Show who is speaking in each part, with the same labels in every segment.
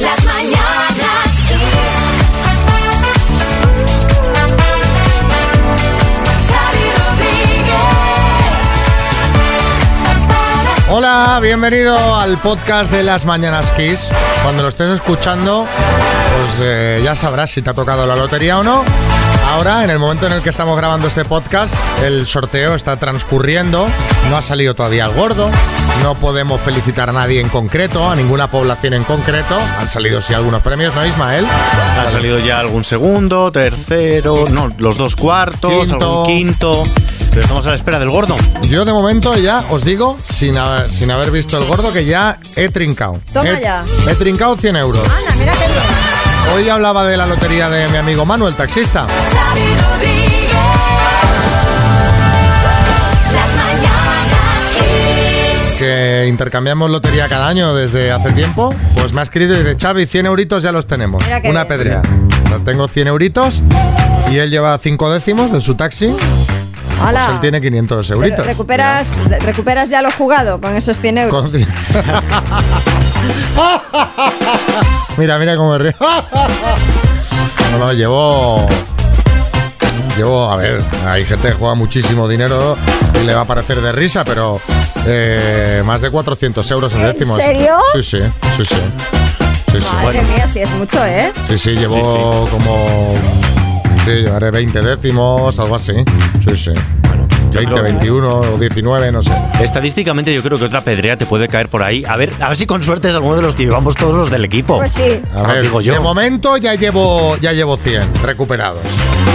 Speaker 1: Las mañanas Kiss. Xavi Rodríguez.
Speaker 2: Hola, bienvenido al podcast de las Mañanas Kiss. Cuando lo estés escuchando, pues eh, ya sabrás si te ha tocado la lotería o no. Ahora, en el momento en el que estamos grabando este podcast, el sorteo está transcurriendo, no ha salido todavía el gordo, no podemos felicitar a nadie en concreto, a ninguna población en concreto. Han salido sí algunos premios, ¿no, Ismael?
Speaker 3: Ha salido ya algún segundo, tercero, no, los dos cuartos,
Speaker 2: Quinto.
Speaker 3: algún quinto. Pero estamos a la espera del gordo.
Speaker 2: Yo de momento ya os digo, sin haber, sin haber visto el gordo, que ya he trincado.
Speaker 4: Toma
Speaker 2: He-
Speaker 4: ya.
Speaker 2: He trincado 100 euros.
Speaker 4: Ana, mira qué bien.
Speaker 2: Hoy hablaba de la lotería de mi amigo Manuel, taxista.
Speaker 1: Xavi Rodríguez. Las mañanas Kiss.
Speaker 2: que intercambiamos lotería cada año desde hace tiempo, pues me ha escrito y dice, Xavi, 100 euritos ya los tenemos.
Speaker 4: Mira qué
Speaker 2: Una
Speaker 4: bien.
Speaker 2: pedrea. O sea, tengo 100 euritos y él lleva 5 décimos de su taxi.
Speaker 4: Hala.
Speaker 2: Pues él tiene 500 euritos.
Speaker 4: Recuperas, recuperas ya lo jugado con esos 100 euros.
Speaker 2: Con cien- mira, mira cómo me río. No, no, llevo... Llevo, a ver, hay gente que juega muchísimo dinero y le va a parecer de risa, pero eh, más de 400 euros en
Speaker 4: ¿En
Speaker 2: décimos.
Speaker 4: serio?
Speaker 2: Sí, sí, sí, sí. Sí, sí.
Speaker 4: Madre mía, si es mucho, ¿eh?
Speaker 2: Sí, sí, llevo como. Sí, llevaré 20 décimos, algo así. Sí, sí.
Speaker 3: yo
Speaker 2: 20,
Speaker 3: creo-
Speaker 2: 21 o 19, no sé.
Speaker 3: Estadísticamente yo creo que otra pedrea te puede caer por ahí. A ver, a ver si con suerte es alguno de los que llevamos todos los del equipo.
Speaker 4: Pues sí.
Speaker 2: A
Speaker 3: Ah,
Speaker 2: ver,
Speaker 3: digo yo.
Speaker 2: de momento ya llevo, ya llevo 100 recuperados.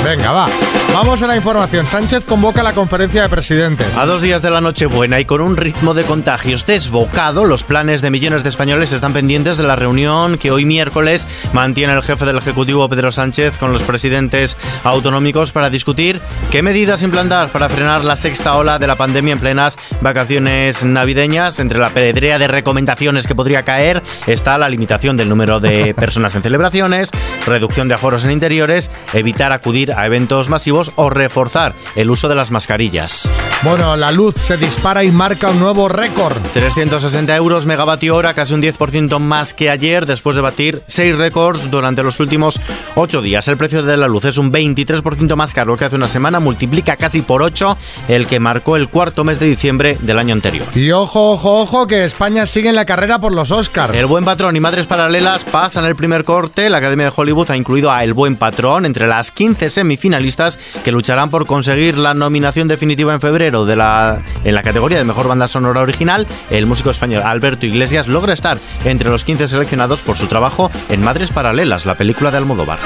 Speaker 2: Venga, va. Vamos a la información. Sánchez convoca la conferencia de presidentes.
Speaker 3: A dos días de la Nochebuena y con un ritmo de contagios desbocado, los planes de millones de españoles están pendientes de la reunión que hoy miércoles mantiene el jefe del Ejecutivo Pedro Sánchez con los presidentes autonómicos para discutir qué medidas implantar para frenar la sexta ola de la pandemia en plenas vacaciones navideñas. Entre la pedrea de recomendaciones que podría caer está la limitación del número de personas en celebraciones, reducción de aforos en interiores, evitar acudir a eventos masivos o reforzar el uso de las mascarillas.
Speaker 2: Bueno, la luz se dispara y marca un nuevo récord.
Speaker 3: 360 euros megavatio hora, casi un 10% más que ayer, después de batir 6 récords durante los últimos 8 días. El precio de la luz es un 23% más caro que hace una semana, multiplica casi por 8 el que marcó el cuarto mes de diciembre del año anterior.
Speaker 2: Y ojo, ojo, ojo, que España sigue en la carrera por los Oscars.
Speaker 3: El Buen Patrón y Madres Paralelas pasan el primer corte. La Academia de Hollywood ha incluido a El Buen Patrón entre las 15 semifinalistas que lucharán por conseguir la nominación definitiva en febrero de la, en la categoría de Mejor Banda Sonora Original. El músico español Alberto Iglesias logra estar entre los 15 seleccionados por su trabajo en Madres Paralelas, la película de Almodóvar.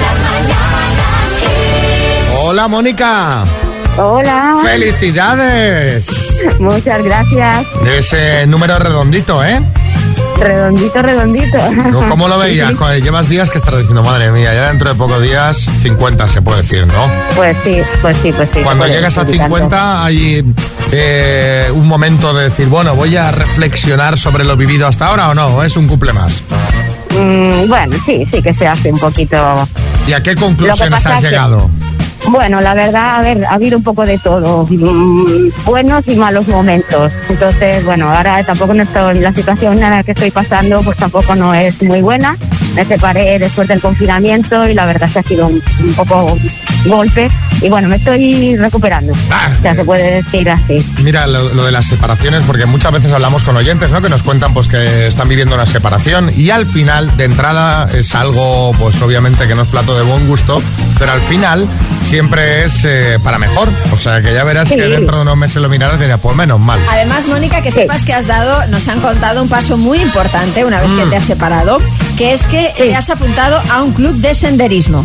Speaker 1: Las mañanas Kiss.
Speaker 2: Hola, Mónica.
Speaker 5: Hola,
Speaker 2: ¡Felicidades!
Speaker 5: muchas gracias.
Speaker 2: De ese número redondito, ¿eh?
Speaker 5: Redondito, redondito.
Speaker 2: ¿Cómo- ¿Cómo lo veías? Joder, llevas días que estás diciendo, madre mía, ya dentro de pocos días 50 se puede decir, ¿no?
Speaker 5: Pues sí, pues sí, pues sí.
Speaker 2: Cuando
Speaker 5: Pues
Speaker 2: llegas a
Speaker 5: sí, tanto.
Speaker 2: 50 hay eh, un momento de decir, bueno, voy a reflexionar sobre lo vivido hasta ahora o no, ¿O es un cumple más.
Speaker 5: Mm, bueno, sí, sí que se hace un poquito.
Speaker 2: ¿Y a qué
Speaker 5: Lo que
Speaker 2: conclusiones
Speaker 5: pasa
Speaker 2: has
Speaker 5: es que-
Speaker 2: llegado?
Speaker 5: Bueno, la verdad, a ver, ha habido un poco de todo, mm, buenos y malos momentos. Entonces, bueno, ahora tampoco no estoy, la situación en la que estoy pasando, pues tampoco no es muy buena. Me separé después del confinamiento y la verdad es que ha sido un, un poco golpe. Y bueno, me estoy recuperando.
Speaker 2: Ah,
Speaker 5: O sea, se puede decir así.
Speaker 2: Mira, lo, lo de las separaciones, porque muchas veces hablamos con oyentes, ¿no? Que nos cuentan pues que están viviendo una separación y al final, de entrada, es algo, pues obviamente que no es plato de buen gusto, pero al final siempre es eh, para mejor. O sea, que ya verás
Speaker 5: Sí.
Speaker 2: que dentro de unos meses lo mirarás y dirás, pues menos mal.
Speaker 4: Además, Mónica, que
Speaker 5: Sí.
Speaker 4: sepas que has dado, nos han contado un paso muy importante una vez que
Speaker 2: Mm.
Speaker 4: te has separado, que es que
Speaker 5: Sí.
Speaker 4: te has apuntado a un club de senderismo.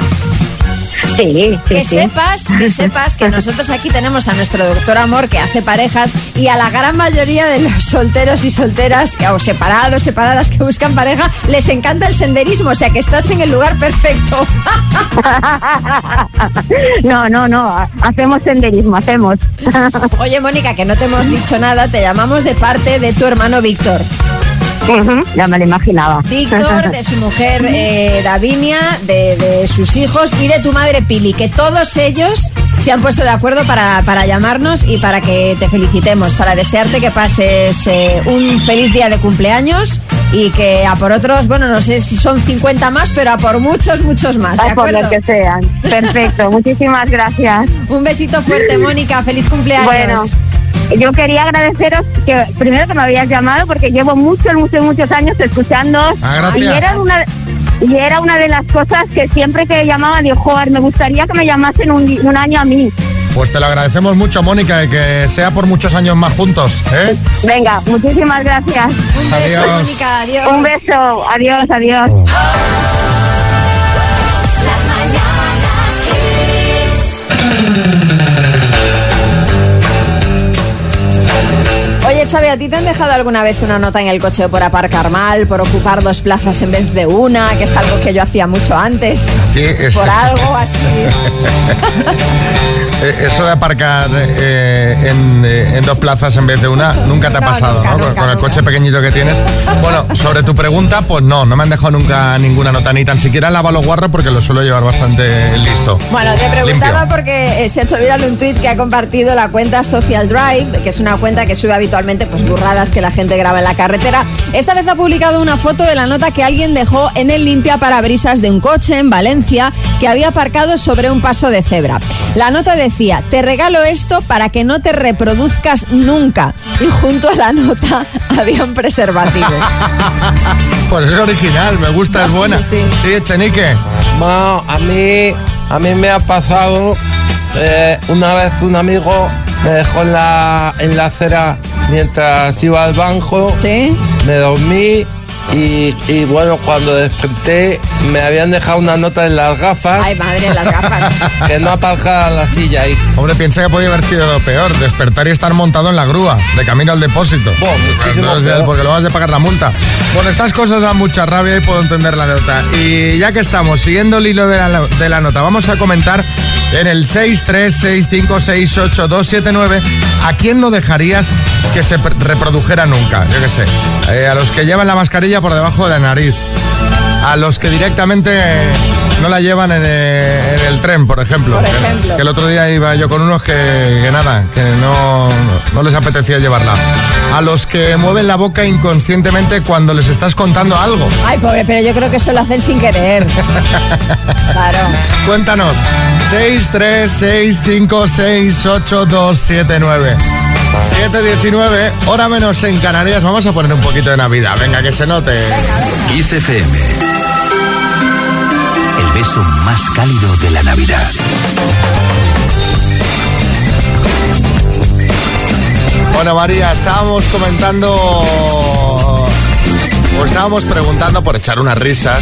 Speaker 5: Sí, sí,
Speaker 4: que
Speaker 5: sí.
Speaker 4: sepas, que sepas que nosotros aquí tenemos a nuestro doctor amor que hace parejas y a la gran mayoría de los solteros y solteras que- o separados, separadas que buscan pareja, les encanta el senderismo, o sea que estás en el lugar perfecto.
Speaker 5: No, no, no, ha- hacemos senderismo, hacemos.
Speaker 4: Oye, Mónica, que no te hemos dicho nada, te llamamos de parte de tu hermano Víctor.
Speaker 5: Ujú, ya me lo imaginaba.
Speaker 4: Víctor, de su mujer eh, Davinia, de, de sus hijos y de tu madre Pili, que todos ellos se han puesto de acuerdo para, para llamarnos y para que te felicitemos, para desearte que pases eh, un feliz día de cumpleaños y que a por otros, bueno, no sé si son 50 más, pero a por muchos, muchos más, ¿de
Speaker 5: Ay, por
Speaker 4: acuerdo?
Speaker 5: lo que sean. Perfecto, muchísimas gracias.
Speaker 4: Un besito fuerte, Mónica, feliz cumpleaños.
Speaker 5: Bueno, yo quería agradeceros que primero que me habías llamado porque llevo muchos, muchos, muchos años escuchando.
Speaker 2: Ah, gracias.
Speaker 5: Y era una y era una de las cosas que siempre que llamaba digo, joder, me gustaría que me llamasen un, di- un año a mí.
Speaker 2: Pues te lo agradecemos mucho, Mónica, y que sea por muchos años más juntos, ¿eh?
Speaker 5: Venga, muchísimas gracias.
Speaker 4: un beso,
Speaker 2: adiós.
Speaker 4: Mónica, adiós.
Speaker 5: Un beso, adiós, adiós.
Speaker 6: Las mañanas kiss.
Speaker 4: Oye, Xavi, ¿a ti te han dejado alguna vez una nota en el coche por aparcar mal, por ocupar dos plazas en vez de una, que es algo que yo hacía mucho antes?
Speaker 2: Sí, es-
Speaker 4: Por algo así.
Speaker 2: eh, Eso de aparcar eh, en, eh, en dos plazas en vez de una nunca te ha
Speaker 4: No,
Speaker 2: pasado,
Speaker 4: nunca,
Speaker 2: ¿no? Con-
Speaker 4: nunca,
Speaker 2: Con el
Speaker 4: nunca.
Speaker 2: coche pequeñito que tienes. Bueno, sobre tu pregunta, pues no, no me han dejado nunca ninguna nota, ni tan siquiera lava los guarros porque lo suelo llevar bastante listo.
Speaker 4: Bueno, te preguntaba
Speaker 2: Limpio.
Speaker 4: porque eh, se ha hecho viral un tuit que ha compartido la cuenta Social Drive, que es una cuenta que sube habitualmente pues burradas que la gente graba en la carretera. Esta vez ha publicado una foto de la nota que alguien dejó en el limpia parabrisas de un coche en Valencia que había aparcado sobre un paso de cebra. La nota decía, te regalo esto para que no te reproduzcas nunca. Y junto a la nota había un preservativo.
Speaker 2: Pues es original, me gusta,
Speaker 4: No,
Speaker 2: es
Speaker 4: Ah, sí,
Speaker 2: buena.
Speaker 4: sí.
Speaker 2: Echenique.
Speaker 7: Bueno, a mí, a mí me ha pasado eh, una vez un amigo me dejó en la, en la acera mientras iba al banco,
Speaker 4: ¿Sí?
Speaker 7: me dormí y, y bueno, cuando desperté me habían dejado una nota en las gafas
Speaker 4: Ay, madre, las gafas.
Speaker 7: que no aparcara la silla ahí.
Speaker 2: Hombre, piensa que podía haber sido lo peor, despertar y estar montado en la grúa, de camino al depósito.
Speaker 7: Bo, muchísimo
Speaker 2: Entonces,
Speaker 7: peor.
Speaker 2: porque lo vas de pagar la multa. Bueno, estas cosas dan mucha rabia y puedo entender la nota. Y ya que estamos, siguiendo el hilo de la, de la nota, vamos a comentar en el 636568279 a quién no dejarías que se pre- reprodujera nunca. Yo qué sé, eh, a los que llevan la mascarilla por debajo de la nariz, a los que directamente eh, no la llevan en, eh, en el tren, por ejemplo.
Speaker 4: Por
Speaker 2: Que-
Speaker 4: ejemplo.
Speaker 2: que el otro día iba yo con unos que, que nada, que no, no les apetecía llevarla. A los que mueven la boca inconscientemente cuando les estás contando algo.
Speaker 4: Ay, pobre, pero yo creo que eso lo hacen sin querer. Claro.
Speaker 2: Cuéntanos. 636568279. 719, hora menos en Canarias. Vamos a poner un poquito de Navidad. Venga, que se note.
Speaker 8: Kiss FM. El beso más cálido de la Navidad.
Speaker 2: Bueno, María, estábamos comentando. O estábamos preguntando por echar unas risas.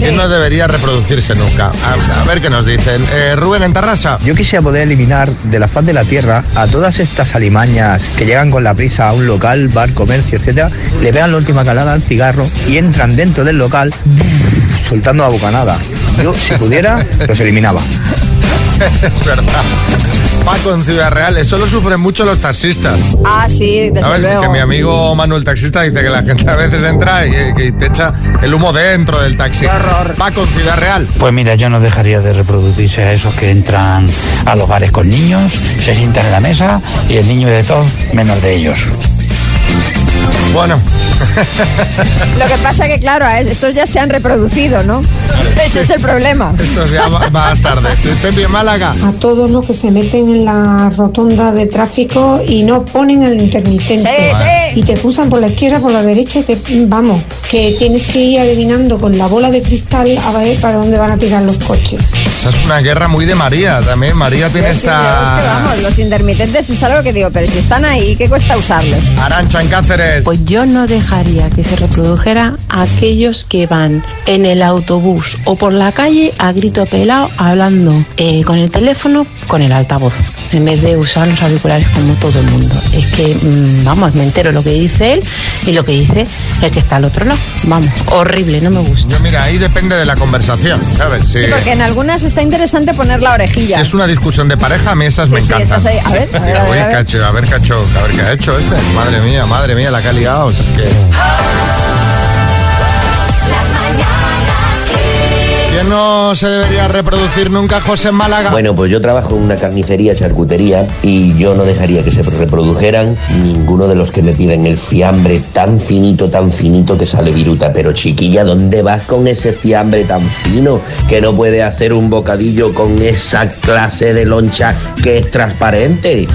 Speaker 2: Que no debería reproducirse nunca. A, a ver qué nos dicen. Eh, Rubén en Tarrasa.
Speaker 9: Yo quisiera poder eliminar de la faz de la tierra a todas estas alimañas que llegan con la prisa a un local, bar, comercio, etcétera, le pegan la última calada al cigarro y entran dentro del local soltando la bocanada. Yo, si pudiera, los eliminaba.
Speaker 2: Es verdad. Paco en Ciudad Real. Eso lo sufren mucho los taxistas.
Speaker 4: Ah, sí, desde
Speaker 2: ¿Sabes?
Speaker 4: luego.
Speaker 2: Que mi amigo Manuel taxista dice que la gente a veces entra y, y te echa el humo dentro del taxi. Paco en Ciudad Real.
Speaker 1: Pues mira, yo no dejaría de reproducirse a esos que entran a los bares con niños, se sientan en la mesa y el niño de todos menos de ellos.
Speaker 2: Bueno,
Speaker 4: Lo que pasa que, claro, a es- estos ya se han reproducido, ¿no? Ese es el problema.
Speaker 2: esto ya va, más tarde. Pepe en Málaga.
Speaker 10: a todos los que se meten en la rotonda de tráfico y no ponen el intermitente.
Speaker 4: Sí, sí.
Speaker 10: Y te cruzan por la izquierda, por la derecha, y te, vamos, que tienes que ir adivinando con la bola de cristal a ver para dónde van a tirar los coches.
Speaker 2: Esa es una guerra muy de María también. María tiene
Speaker 4: Yo sí, yo es que,
Speaker 2: esta.
Speaker 4: vamos, los intermitentes es algo que digo, pero si están ahí, ¿qué cuesta usarlos?
Speaker 2: Arancha en Cáceres.
Speaker 11: Pues yo no dejaría que se reprodujera a aquellos que van en el autobús o por la calle a grito pelado hablando eh, con el teléfono, con el altavoz, en vez de usar los auriculares como todo el mundo. Es que, mm, vamos, me entero lo que dice él y lo que dice el que está al otro lado. Vamos, horrible, no me gusta.
Speaker 2: Yo, mira, ahí depende de la conversación, ¿sabes? Si,
Speaker 4: Sí, porque en algunas está interesante poner la
Speaker 2: si
Speaker 4: orejilla.
Speaker 2: es una discusión de pareja, a mí esas
Speaker 4: Sí,
Speaker 2: me
Speaker 4: sí,
Speaker 2: encantan.
Speaker 4: estás ahí. A ver, a ver,
Speaker 2: Digo,
Speaker 4: a ver,
Speaker 2: "Uy,
Speaker 4: a ver".
Speaker 2: cacho, a ver, cacho, a ver qué ha hecho este. Madre mía, madre mía, la que ha liado. o sea, que- no se debería reproducir nunca José en Málaga.
Speaker 12: Bueno, pues yo trabajo en una carnicería, charcutería, y yo no dejaría que se reprodujeran ninguno de los que me piden el fiambre tan finito, tan finito que sale viruta. Pero chiquilla, ¿dónde vas con ese fiambre tan fino que no puede hacer un bocadillo con esa clase de loncha que es transparente?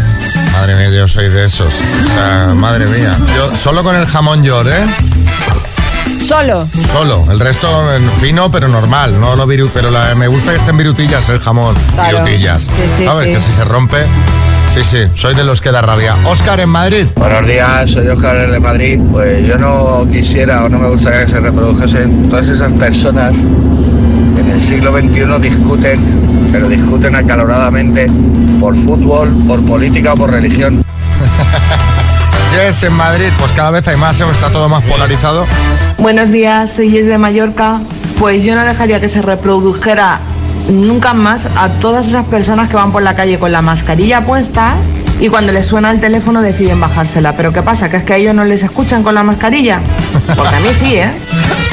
Speaker 2: Madre mía, yo soy de esos. O sea, madre mía. Yo solo con el jamón york, ¿eh?
Speaker 4: Solo.
Speaker 2: Solo. El resto eh, fino, pero normal. No lo viru, pero la- me gusta que estén virutillas el jamón.
Speaker 4: Claro.
Speaker 2: Virutillas.
Speaker 4: Sí, sí,
Speaker 2: ¿Sabes?
Speaker 4: sí.
Speaker 2: Que si se rompe. Sí, sí. Soy de los que da rabia. Oscar en Madrid.
Speaker 9: Buenos días, soy Oscar de Madrid. Pues yo no quisiera o no me gustaría que se reprodujesen todas esas personas que en el siglo XXI discuten, pero discuten acaloradamente por fútbol, por política o por religión.
Speaker 2: Jess en Madrid. Pues cada vez hay más, ¿eh? está todo más polarizado.
Speaker 13: Buenos días, soy Jess de Mallorca. Pues yo no dejaría que se reprodujera nunca más a todas esas personas que van por la calle con la mascarilla puesta y cuando les suena el teléfono deciden bajársela. Pero ¿qué pasa? ¿Que es que a ellos no les escuchan con la mascarilla? Porque a mí sí, ¿eh?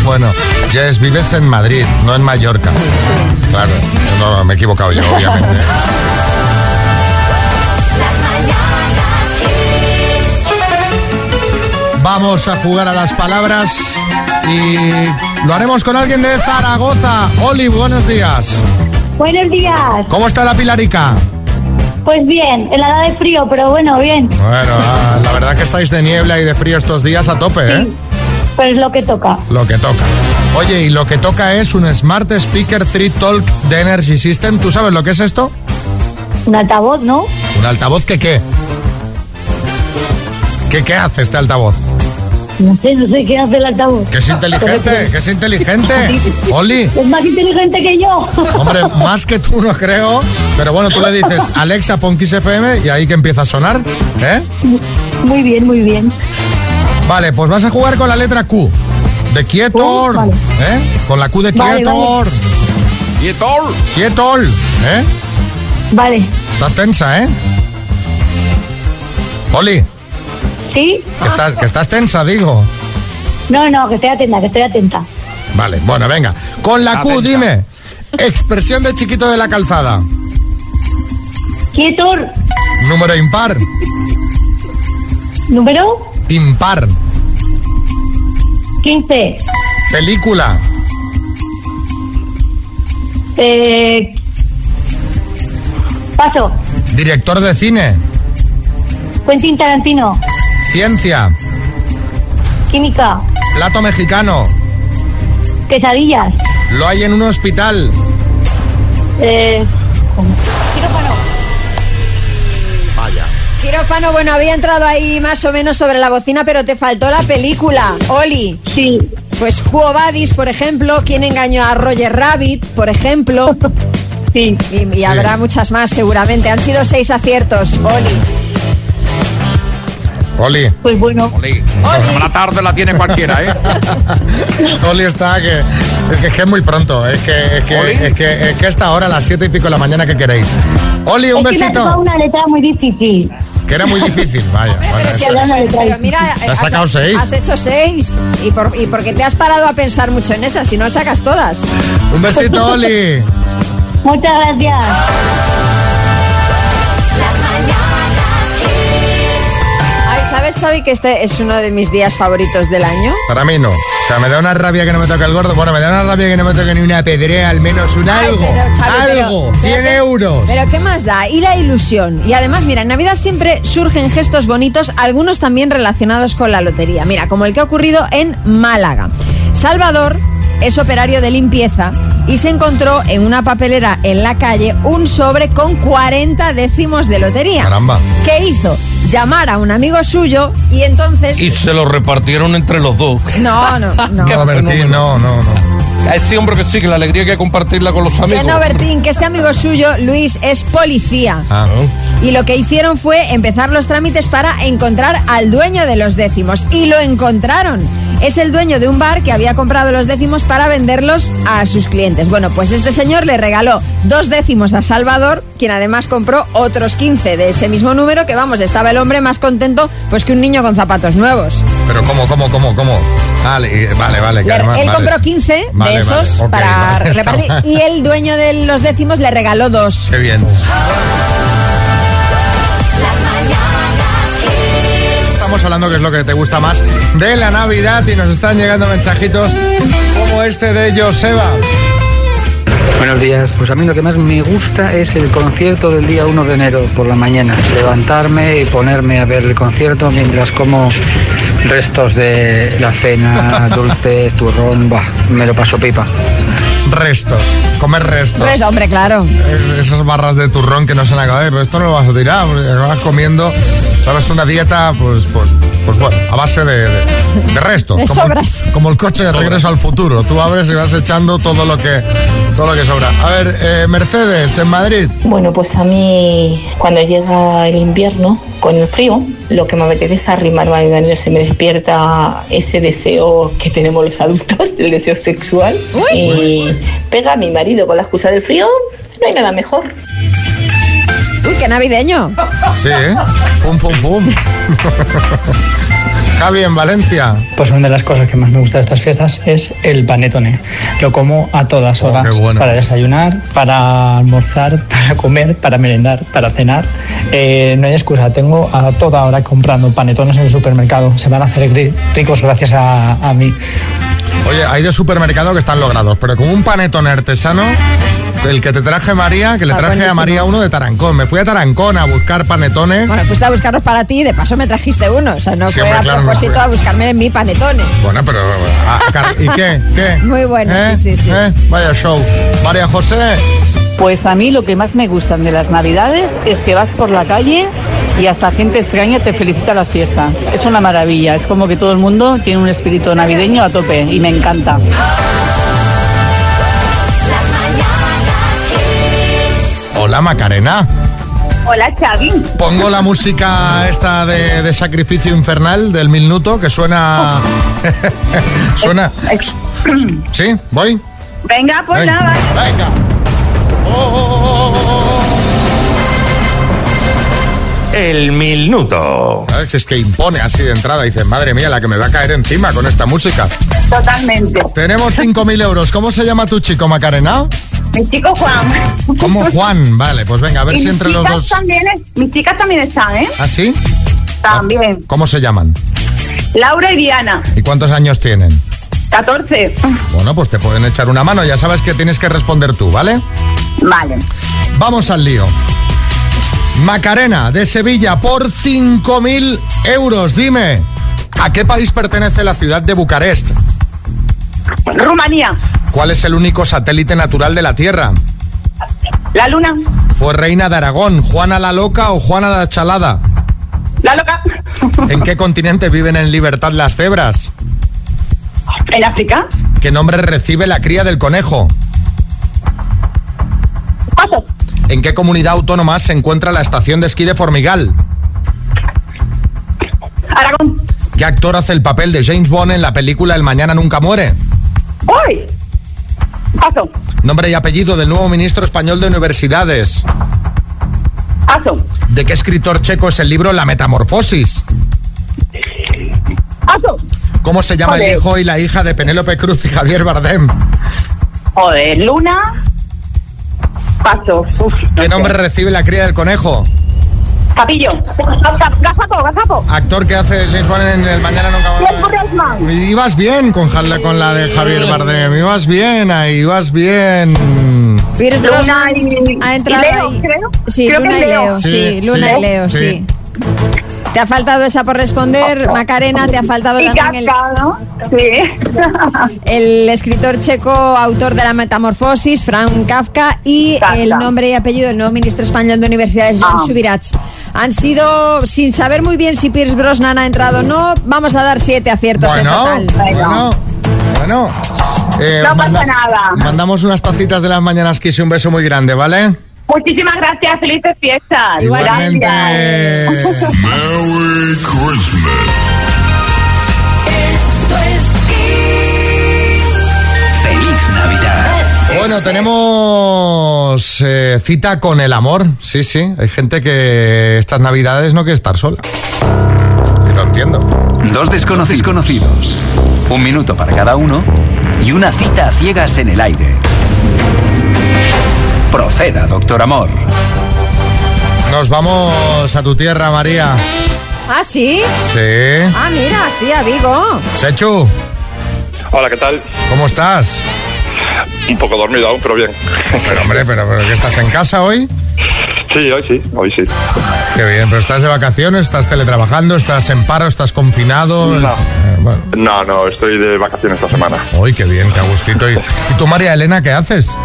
Speaker 2: Bueno, Jess, vives en Madrid, no en Mallorca. Claro, no, me he equivocado yo, obviamente. Vamos a jugar a las palabras y lo haremos con alguien de Zaragoza. Oli, buenos días.
Speaker 5: Buenos días.
Speaker 2: ¿Cómo está la pilarica?
Speaker 5: Pues bien, helada de frío, pero bueno, bien.
Speaker 2: Bueno, ah, la verdad que estáis de niebla y de frío estos días a tope, ¿eh?
Speaker 5: Pues lo que toca.
Speaker 2: Lo que toca. Oye, y lo que toca es un Smart Speaker 3 Talk de Energy System. ¿Tú sabes lo que es esto?
Speaker 5: Un altavoz, ¿no?
Speaker 2: ¿Un altavoz que qué? ¿Qué, qué hace este altavoz?
Speaker 5: No sé, no sé qué hace el altavoz.
Speaker 2: Que es inteligente, que es inteligente. Oli,
Speaker 5: Es más inteligente que yo.
Speaker 2: hombre, más que tú no creo. Pero bueno, tú le dices, Alexa, pon Kiss FM y ahí que empieza a sonar. ¿eh?
Speaker 5: Muy bien, muy bien.
Speaker 2: Vale, pues vas a jugar con la letra Q. De Quietor. ¿eh? Con la Q de
Speaker 5: Oh, Vale,
Speaker 2: Quietor.
Speaker 5: vale.
Speaker 2: Quietol. Quietol. ¿eh?
Speaker 5: Vale.
Speaker 2: Estás tensa, ¿eh? Oli.
Speaker 5: ¿Sí?
Speaker 2: Que estás, que estás tensa, digo.
Speaker 5: No, no, que estoy atenta, que estoy atenta.
Speaker 2: Vale, bueno, venga. Con la Q,
Speaker 5: Atenta.
Speaker 2: dime. Expresión de chiquito de la calzada.
Speaker 5: Quietor.
Speaker 2: Número impar.
Speaker 5: Número
Speaker 2: Impar.
Speaker 5: 15.
Speaker 2: Película.
Speaker 5: Eh, paso.
Speaker 2: Director de cine.
Speaker 5: Quentin Tarantino.
Speaker 2: Ciencia.
Speaker 5: Química.
Speaker 2: Plato mexicano.
Speaker 5: Quesadillas.
Speaker 2: Lo hay en un hospital.
Speaker 5: Eh,
Speaker 2: Vaya.
Speaker 4: Quirófano, bueno, había entrado ahí más o menos sobre la bocina, pero te faltó la película, Oli.
Speaker 5: Sí.
Speaker 4: Pues Cuo Vadis, por ejemplo, ¿Quién engañó a Roger Rabbit, por ejemplo?
Speaker 5: Sí.
Speaker 4: Y, y habrá muchas más seguramente. Han sido seis aciertos, Oli.
Speaker 2: Oli.
Speaker 5: Pues bueno.
Speaker 14: Oli. La tarde la tiene cualquiera, ¿eh?
Speaker 2: Oli está que es, que es que es muy pronto. Es que es que, es que, es que esta hora, a las siete y pico de la mañana, que queréis? Oli, un
Speaker 5: es que me ha
Speaker 2: besito.
Speaker 5: tocado una letra muy difícil.
Speaker 2: Que era muy difícil, vaya. bueno,
Speaker 4: Pero, si
Speaker 2: eso
Speaker 4: has-
Speaker 2: es.
Speaker 4: pero mira,
Speaker 2: Te has sacado seis.
Speaker 4: Has hecho seis. ¿Y, por, y porque te has parado a pensar mucho en esas, si no sacas todas.
Speaker 2: Un besito, Oli.
Speaker 5: Muchas gracias.
Speaker 4: Ay, ¿sabes, Xavi, que este es uno de mis días favoritos del año?
Speaker 2: Para mí no. O sea, me da una rabia que no me toque el gordo. Bueno, me da una rabia que no me toque ni una pedrea, al menos un
Speaker 4: Ay,
Speaker 2: algo.
Speaker 4: pero, Xavi, pero-
Speaker 2: algo.
Speaker 4: pero
Speaker 2: 100
Speaker 4: qué-
Speaker 2: euros.
Speaker 4: Pero ¿qué más da? Y la ilusión. Y además, mira, en Navidad siempre surgen gestos bonitos, algunos también relacionados con la lotería. Mira, como el que ha ocurrido en Málaga. Salvador es operario de limpieza y se encontró en una papelera en la calle un sobre con 40 décimos de lotería.
Speaker 7: Caramba.
Speaker 4: ¿Qué hizo? Llamar a un amigo suyo y entonces...
Speaker 7: Y se lo repartieron entre los dos.
Speaker 4: No, no, no.
Speaker 7: Qué
Speaker 4: No,
Speaker 2: Bertín, no, no,
Speaker 7: no. Ese hombre que sí, que la alegría hay que compartirla con los amigos.
Speaker 4: Que no, Bertín, que este amigo suyo, Luis, es policía.
Speaker 7: Ah,
Speaker 4: Y lo que hicieron fue empezar los trámites para encontrar al dueño de los décimos. Y lo encontraron. es el dueño de un bar que había comprado los décimos para venderlos a sus clientes. Bueno, pues este señor le regaló dos décimos a Salvador, quien además compró otros 15 de ese mismo número, que vamos, estaba el hombre más contento pues que un niño con zapatos nuevos.
Speaker 2: Pero ¿cómo, cómo, cómo, cómo? Vale, eh, vale, vale.
Speaker 4: Le-
Speaker 2: Carmen,
Speaker 4: él
Speaker 2: vale.
Speaker 4: compró 15
Speaker 2: Vale,
Speaker 4: de
Speaker 2: vale,
Speaker 4: esos
Speaker 2: ok,
Speaker 4: para
Speaker 2: vale, está
Speaker 4: repartir
Speaker 2: mal.
Speaker 4: y el dueño de los décimos le regaló dos.
Speaker 2: Qué bien. Estamos hablando que es lo que te gusta más de la Navidad y nos están llegando mensajitos como este de Joseba.
Speaker 15: Buenos días, pues a mí lo que más me gusta es el concierto del día 1 de enero por la mañana. Levantarme y ponerme a ver el concierto mientras como restos de la cena, dulce, turrón, bah, me lo paso pipa.
Speaker 2: Restos, comer restos.
Speaker 4: Pues hombre, claro.
Speaker 2: Eh, Esas barras de turrón que no se han acabado, eh, pero esto no lo vas a tirar, porque acabas comiendo, sabes, una dieta, pues, pues, pues bueno, a base de, de- de restos.
Speaker 4: De
Speaker 2: como, el-
Speaker 4: sobras.
Speaker 2: como el coche de regreso al futuro. Tú abres y vas echando todo lo que, todo lo que sobra. A ver, eh, Mercedes, en Madrid.
Speaker 16: Bueno, pues a mí cuando llega el invierno con el frío, lo que me apetece es arrimarme al baño, se me despierta ese deseo que tenemos los adultos, el deseo sexual. Y pega a mi marido con la excusa del frío, no hay nada mejor.
Speaker 4: Uy, qué navideño.
Speaker 2: Sí, ¿eh? Pum, pum, pum. Javi, en Valencia.
Speaker 17: Pues una de las cosas que más me gusta de estas fiestas es el panetone. Lo como a todas horas. Para desayunar, para almorzar, para comer, para merendar, para cenar. Eh, no hay excusa. Tengo a toda hora comprando panetones en el supermercado. Se van a hacer gri- ricos gracias a, a mí.
Speaker 2: Oye, hay de supermercado que están logrados, pero con un panetón artesano, el que te traje María, que le
Speaker 4: Ah,
Speaker 2: traje a
Speaker 4: buenísimo.
Speaker 2: María uno de Tarancón. Me fui a Tarancón a buscar panetones.
Speaker 4: Bueno, fuiste a buscarlos para ti y de paso me trajiste uno. O sea, no
Speaker 2: Sí,
Speaker 4: fue
Speaker 2: hombre,
Speaker 4: a
Speaker 2: claro, no
Speaker 4: propósito
Speaker 2: fue.
Speaker 4: a buscarme mi panetone.
Speaker 2: Bueno, pero... ah, Car- ¿Y qué? ¿Qué?
Speaker 4: Muy bueno,
Speaker 2: ¿Eh?
Speaker 4: sí, sí, sí.
Speaker 2: ¿Eh? Vaya show. María José.
Speaker 18: Pues a mí lo que más me gustan de las navidades es que vas por la calle y hasta gente extraña te felicita las fiestas. Es una maravilla, es como que todo el mundo tiene un espíritu navideño a tope y me encanta.
Speaker 2: Hola, Macarena.
Speaker 19: Hola, Xavi.
Speaker 2: Pongo la música esta de, de Sacrificio Infernal del Minuto, que suena... suena... ¿Sí? ¿Voy?
Speaker 19: Venga, pues
Speaker 2: Venga.
Speaker 19: nada.
Speaker 2: Venga. Oh, El minuto. Que es que impone así de entrada. Dices, madre mía, la que me va a caer encima con esta música.
Speaker 19: Totalmente.
Speaker 2: Tenemos 5.000 euros. ¿Cómo se llama tu chico, Macarena?
Speaker 19: Mi chico Juan.
Speaker 2: ¿Cómo Juan? Vale, pues venga, a ver
Speaker 19: Y
Speaker 2: si
Speaker 19: mis
Speaker 2: entre los
Speaker 19: chicas
Speaker 2: dos.
Speaker 19: También es- mis chicas también están, ¿eh?
Speaker 2: ¿Ah, sí? Ah,
Speaker 19: También.
Speaker 2: ¿Cómo se llaman?
Speaker 19: Laura y Diana,
Speaker 2: ¿Y cuántos años tienen?
Speaker 19: 14.
Speaker 2: Bueno, pues te pueden echar una mano. Ya sabes que tienes que responder tú, ¿vale?
Speaker 19: Vale.
Speaker 2: Vamos al lío. Macarena de Sevilla por 5.000 euros. Dime, ¿a qué país pertenece la ciudad de Bucarest?
Speaker 19: Rumanía.
Speaker 2: ¿Cuál es el único satélite natural de la Tierra?
Speaker 19: La Luna.
Speaker 2: ¿Fue reina de Aragón, Juana la Loca o Juana la Chalada?
Speaker 19: La loca.
Speaker 2: ¿En qué continente viven en libertad las cebras?
Speaker 19: En África.
Speaker 2: ¿Qué nombre recibe la cría del conejo? ¿En qué comunidad autónoma se encuentra la estación de esquí de Formigal?
Speaker 19: Aragón.
Speaker 2: ¿Qué actor hace el papel de James Bond en la película El Mañana Nunca Muere?
Speaker 19: ¡Uy! Paso.
Speaker 2: Nombre y apellido del nuevo ministro español de universidades.
Speaker 19: Paso.
Speaker 2: ¿De qué escritor checo es el libro La Metamorfosis?
Speaker 19: Paso.
Speaker 2: ¿Cómo se llama
Speaker 19: Joder.
Speaker 2: el hijo y la hija de Penélope Cruz y Javier Bardem?
Speaker 19: Joder, Luna. Paso. Uf,
Speaker 2: ¿Qué nombre recibe la cría del conejo?
Speaker 19: Capillo. Gazapo, gazapo.
Speaker 2: Actor que hace James Bond en El Mañana Nunca Muere. Ibas bien con, Jal- con la de Javier Bardem. Ibas bien ahí, ibas bien.
Speaker 4: Virgos
Speaker 19: Luna y-
Speaker 4: ha entrado
Speaker 19: y Leo,
Speaker 4: ahí.
Speaker 19: creo.
Speaker 4: Sí,
Speaker 19: Creo que
Speaker 4: Luna
Speaker 19: es
Speaker 4: y
Speaker 19: Leo.
Speaker 4: Leo, sí,
Speaker 19: Sí,
Speaker 4: Luna
Speaker 19: sí.
Speaker 4: y Leo, sí.
Speaker 19: Sí.
Speaker 4: Te ha faltado esa por responder, Macarena, te ha faltado
Speaker 19: Y
Speaker 4: también el,
Speaker 19: Sí.
Speaker 4: el escritor checo, autor de La Metamorfosis, Frank Kafka, y el nombre y apellido del nuevo ministro español de universidades, Joan
Speaker 19: Ah.
Speaker 4: Subirats. Han sido, sin saber muy bien si Pierce Brosnan ha entrado o no, vamos a dar siete aciertos en
Speaker 2: Bueno,
Speaker 4: total.
Speaker 2: bueno, bueno. Eh,
Speaker 19: No
Speaker 2: os
Speaker 19: pasa nada.
Speaker 2: Mandamos unas tacitas de las mañanas Kiss y un beso muy grande, ¿vale?
Speaker 19: Muchísimas gracias. Felices fiestas.
Speaker 2: Igualmente.
Speaker 19: Gracias.
Speaker 2: Merry Christmas.
Speaker 1: Esto es
Speaker 2: Bueno, tenemos eh, cita con el amor. Sí, sí. Hay gente que estas navidades no quiere estar sola. Y lo entiendo.
Speaker 20: Dos desconocidos conocidos. Un minuto para cada uno y una cita a ciegas en el aire. Proceda, doctor amor.
Speaker 2: Nos vamos a tu tierra, María.
Speaker 4: Ah, sí.
Speaker 2: Sí.
Speaker 4: Ah, mira, sí, a Vigo.
Speaker 2: Sechu,
Speaker 3: Hola, ¿qué tal?
Speaker 2: ¿cómo estás?
Speaker 3: Un poco dormido aún, pero bien.
Speaker 2: Pero hombre, pero, pero ¿qué estás en casa hoy?
Speaker 3: Sí, hoy sí, hoy sí.
Speaker 2: Qué bien, pero estás de vacaciones, estás teletrabajando, estás en paro, estás confinado.
Speaker 3: No.
Speaker 2: Eh, bueno,
Speaker 3: No, no, estoy de vacaciones esta semana.
Speaker 2: uy, qué bien, qué agustito. ¿Y, y tú, María Elena, qué haces?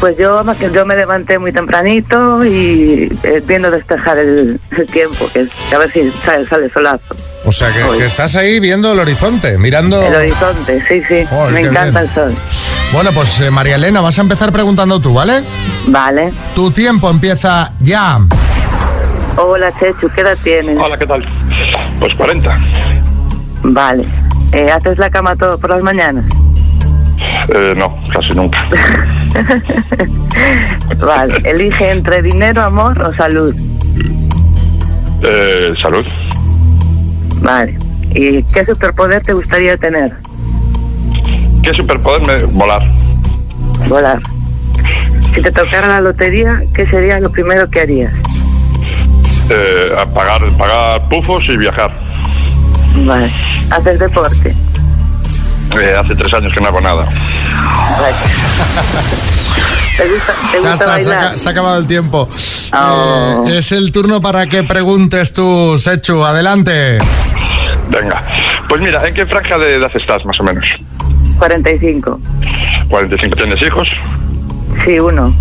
Speaker 13: Pues yo, yo me levanté muy tempranito y eh, viendo despejar el, el tiempo, que es- a ver si sale, sale solazo.
Speaker 2: O sea, que, que estás ahí viendo el horizonte, mirando...
Speaker 13: El horizonte, sí, sí,
Speaker 2: Oh. Ay,
Speaker 13: me
Speaker 2: qué
Speaker 13: encanta
Speaker 2: bien.
Speaker 13: el sol.
Speaker 2: Bueno, pues eh, María Elena, vas a empezar preguntando tú, ¿vale?
Speaker 13: Vale.
Speaker 2: Tu tiempo empieza ya.
Speaker 13: Hola, Chechu, ¿qué edad tienes?
Speaker 3: Hola, ¿qué tal? Pues 40.
Speaker 13: Vale. Eh, ¿Haces la cama todo por las mañanas?
Speaker 3: Eh, no, casi nunca.
Speaker 13: vale. Elige entre dinero, amor o salud.
Speaker 3: Eh, salud.
Speaker 13: Vale. ¿Y qué superpoder te gustaría tener?
Speaker 3: ¿Qué superpoder me... Volar.
Speaker 13: Volar. Si te tocara la lotería, ¿qué sería lo primero que harías?
Speaker 3: Eh, a pagar, pagar pufos y viajar.
Speaker 13: Vale. ¿Haces deporte?
Speaker 3: Eh, hace tres años que no hago nada.
Speaker 13: Vale. ¿Te gusta, te
Speaker 2: Ya
Speaker 13: gusta
Speaker 2: está, se,
Speaker 13: bailar?
Speaker 2: ha, se ha acabado el tiempo.
Speaker 13: Oh.
Speaker 2: Eh, es el turno para que preguntes tú, Sechu. Adelante.
Speaker 3: Venga. Pues mira, ¿en qué franja de edad estás, más o menos?
Speaker 13: 45.
Speaker 3: 45. ¿Tienes hijos?
Speaker 13: Sí, uno.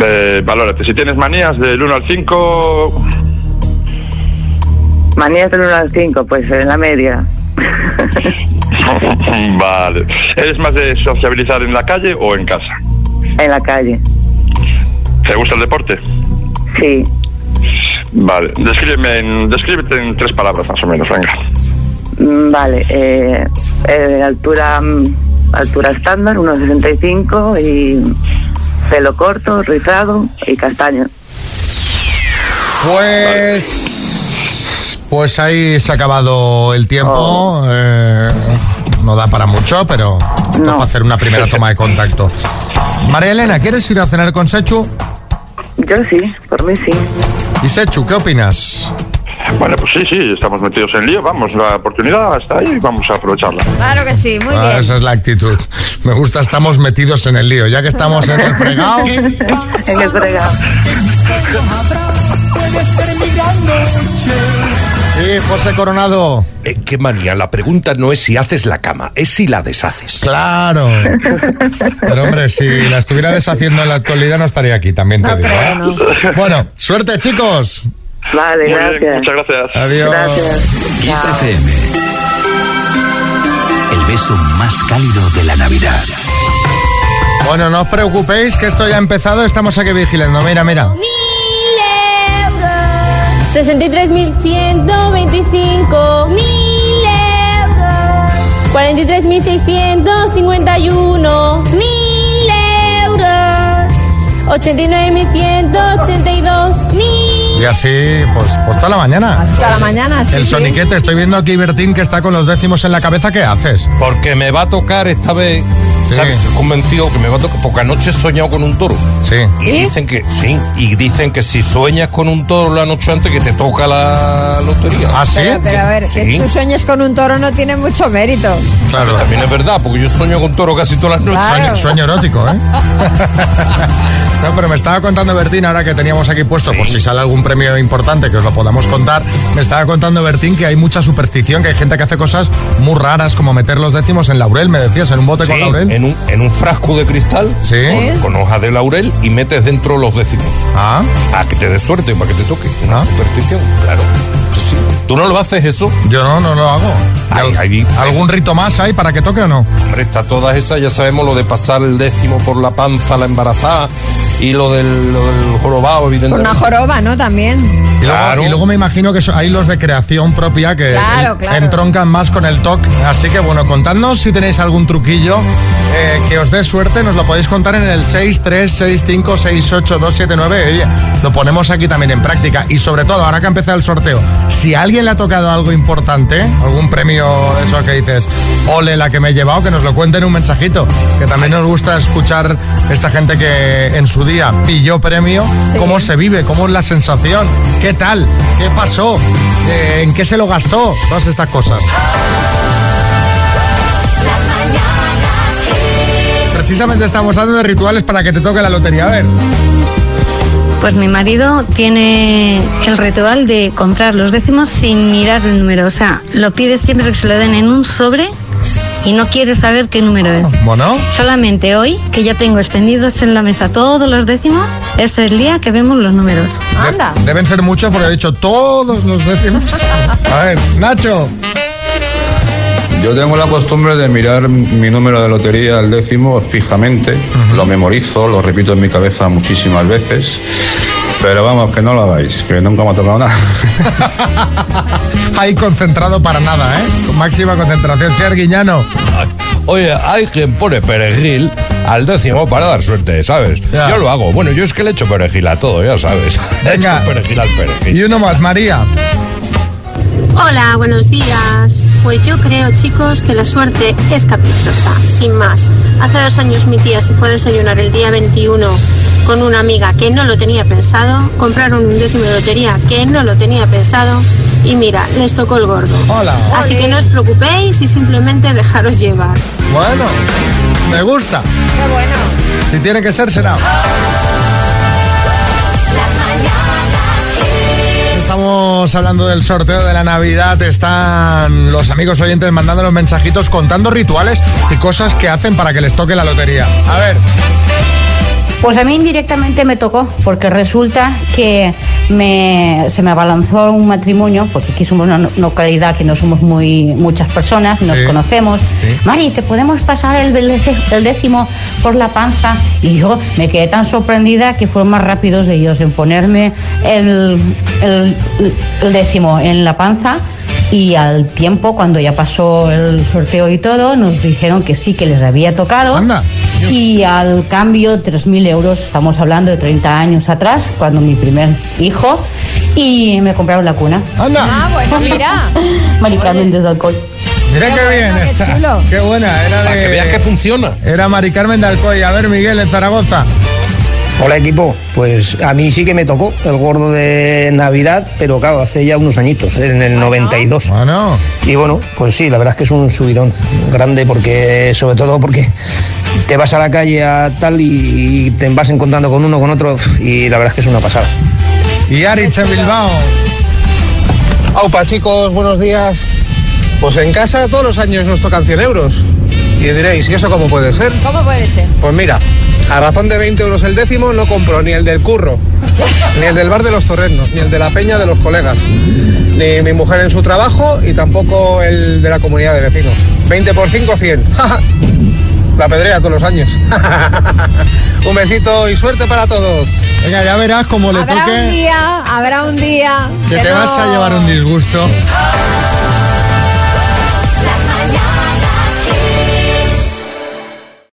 Speaker 3: Eh, valórate. Si tienes manías del 1 al 5,
Speaker 13: Manías del 1 al 5, pues en la media.
Speaker 3: vale. ¿Eres más de sociabilizar en la calle o en casa?
Speaker 13: En la calle.
Speaker 3: ¿Te gusta el deporte?
Speaker 13: Sí.
Speaker 3: Vale. Descríbeme en, descríbete en tres palabras, más o menos, venga.
Speaker 13: Mm, Vale. eh, eh, altura mm, altura estándar, 1,65 y pelo corto, rizado y castaño.
Speaker 2: Pues. Pues ahí se ha acabado el tiempo.
Speaker 13: Oh.
Speaker 2: Eh, no da para mucho, pero toca hacer una primera toma de contacto. María Elena, ¿quieres ir a cenar con Sechu?
Speaker 13: Yo sí, por mí sí.
Speaker 2: ¿Y Sechu, qué opinas?
Speaker 3: Bueno, pues sí, sí, estamos metidos en lío. Vamos, la oportunidad Ah, está ahí, vamos a aprovecharla.
Speaker 4: Claro que sí, muy
Speaker 2: Ah,
Speaker 4: bien.
Speaker 2: esa es la actitud. Me gusta, estamos metidos en el lío. Ya que estamos en el fregado.
Speaker 13: en el fregado.
Speaker 2: Sí, José Coronado.
Speaker 7: Eh, qué manía, la pregunta no es si haces la cama, es si la deshaces.
Speaker 2: Claro. Pero hombre, si la estuviera deshaciendo en la actualidad no estaría aquí, también te digo. ¿eh? Bueno, suerte chicos.
Speaker 13: Vale,
Speaker 2: Muy bien,
Speaker 13: gracias.
Speaker 2: muchas
Speaker 3: gracias.
Speaker 2: Adiós.
Speaker 20: Kiss FM. El beso más cálido de la Navidad.
Speaker 2: Bueno, no os preocupéis que esto ya ha empezado, estamos aquí vigilando. Mira, mira.
Speaker 21: 63.125 mil euros 43.651 mil euros 89.182 mil
Speaker 2: Y así, pues, por toda la mañana.
Speaker 21: Hasta la mañana, sí,
Speaker 2: El
Speaker 21: sí.
Speaker 2: soniquete, estoy viendo aquí Bertín que está con los décimos en la cabeza, ¿qué haces?
Speaker 7: Porque me va a tocar esta vez. ¿Sabes? Estoy convencido que me va a tocar. Porque anoche he soñado con un toro.
Speaker 2: Sí.
Speaker 7: Y dicen que. Sí. Y dicen que si sueñas con un toro la noche antes que te toca la lotería.
Speaker 2: ¿Ah,
Speaker 4: Pero, pero a ver, que tú sueñes con un toro no tiene mucho mérito.
Speaker 2: Claro.
Speaker 7: También es verdad, porque yo sueño con toro casi todas las noches.
Speaker 2: Sueño, sueño erótico, ¿eh? No, pero me estaba contando Bertín, ahora que teníamos aquí puesto, por si sale algún premio importante que os lo podamos contar, me estaba contando Bertín que hay mucha superstición, que hay gente que hace cosas muy raras, como meter los décimos en laurel, me decías, en un bote con
Speaker 7: Sí,
Speaker 2: laurel.
Speaker 7: En un, en un frasco de cristal
Speaker 2: Sí.
Speaker 7: con, con hoja de laurel y metes dentro los décimos.
Speaker 2: Ah.
Speaker 7: Para que te dé suerte, para que te toque. Una superstición, claro. Sí, sí. ¿Tú no lo haces eso?
Speaker 2: Yo no, no lo hago.
Speaker 7: ¿Algún
Speaker 2: rito más hay para que toque o no?
Speaker 7: Hombre, está todas esas, ya sabemos lo de pasar el décimo por la panza a la embarazada y lo del, lo del jorobado, evidentemente.
Speaker 4: Una joroba, ¿no? También.
Speaker 2: Y luego, y luego me imagino que so- hay los de creación propia que
Speaker 4: Claro, claro.
Speaker 2: entroncan más con el TOC. Así que bueno, contadnos si tenéis algún truquillo eh, que os dé suerte. Nos lo podéis contar en el 636568279. Oye, Lo ponemos aquí también en práctica. Y sobre todo, ahora que ha empezado el sorteo, si a alguien le ha tocado algo importante, algún premio, eso que dices, ole la que me he llevado, que nos lo cuenten en un mensajito. Que también nos gusta escuchar esta gente que en su día pilló premio, cómo se vive, cómo es la sensación, qué tal, qué pasó, eh, en qué se lo gastó, todas estas cosas. Precisamente estamos hablando de rituales para que te toque la lotería. A ver,
Speaker 5: Pues mi marido tiene el ritual de comprar los décimos sin mirar el número. O sea, lo pide siempre que se lo den en un sobre y no quiere saber qué número es.
Speaker 2: bueno.
Speaker 5: Solamente hoy, que ya tengo extendidos en la mesa todos los décimos, es el día que vemos los números.
Speaker 2: Anda. Deben ser muchos porque he dicho todos los décimos. A ver, Nacho.
Speaker 22: Yo tengo la costumbre de mirar mi número de lotería, el décimo, fijamente. Lo memorizo, lo repito en mi cabeza muchísimas veces. Pero vamos, que no lo hagáis, que nunca me ha tocado nada.
Speaker 2: Ahí concentrado para nada, ¿eh? Con máxima concentración. Ser Guiñano.
Speaker 7: Oye, hay quien pone perejil al décimo para dar suerte, ¿sabes?
Speaker 2: Ya.
Speaker 7: Yo lo hago. Bueno, yo es que le echo perejil a todo, ya sabes. Le echo perejil al perejil.
Speaker 2: Y uno más, María.
Speaker 23: Hola, buenos días. Pues yo creo, chicos, que la suerte es caprichosa, sin más. Hace dos años mi tía se fue a desayunar el día 21 con una amiga que no lo tenía pensado, compraron un décimo de lotería que no lo tenía pensado y mira, les tocó el gordo.
Speaker 2: Hola.
Speaker 23: Así que no os preocupéis y simplemente dejaros llevar.
Speaker 2: Bueno, me gusta.
Speaker 23: Qué bueno.
Speaker 2: Si tiene que ser, será. Estamos hablando del sorteo de la Navidad. Están los amigos oyentes mandando los mensajitos contando rituales y cosas que hacen para que les toque la lotería. A ver,
Speaker 24: Pues a mí indirectamente me tocó, porque resulta que me- se me abalanzó un matrimonio, porque aquí somos una localidad que no somos muy muchas personas, nos
Speaker 25: Sí.
Speaker 24: conocemos. Mari, ¿te podemos pasar el, belece- el décimo por la panza? Y yo me quedé tan sorprendida que fueron más rápidos ellos en ponerme el, el- el décimo en la panza. Y al tiempo, cuando ya pasó el sorteo y todo, nos dijeron que sí, que les había tocado. Y al cambio, 3.000 euros, estamos hablando de 30 años atrás, cuando mi primer hijo, y me compraron la cuna.
Speaker 2: ¡Anda!
Speaker 24: Ah,
Speaker 4: bueno, mira.
Speaker 24: Mari Carmen desde Alcoy.
Speaker 2: mira qué, bien está. Qué buena. Era de, que veas que
Speaker 7: funciona.
Speaker 2: Era Mari Carmen de Alcoy. A ver, Miguel, en Zaragoza.
Speaker 9: Hola equipo, pues a mí sí que me tocó el gordo de Navidad, pero claro, hace ya unos añitos, ¿eh? en el 92. Y bueno, pues sí, la verdad es que es un subidón grande porque, sobre todo porque te vas a la calle a tal y, y te vas encontrando con uno, con otro, y la verdad es que es una pasada.
Speaker 2: Y Aritz en Bilbao.
Speaker 26: Aupa chicos, buenos días. Pues en casa todos los años nos tocan 100 euros. Y diréis, ¿y eso cómo puede ser?
Speaker 4: ¿Cómo puede ser?
Speaker 26: Pues mira, a razón de 20 euros el décimo no compro ni el del curro, ni el del bar de los torrenos, ni el de la peña de los colegas, ni mi mujer en su trabajo y tampoco el de la comunidad de vecinos. 20 por 5, 100. La pedrea todos los años. Un besito y suerte para todos.
Speaker 2: Venga, ya verás cómo le
Speaker 4: Habrá un día, habrá un día.
Speaker 2: Que
Speaker 4: que
Speaker 2: te
Speaker 4: no-
Speaker 2: vas a llevar un disgusto.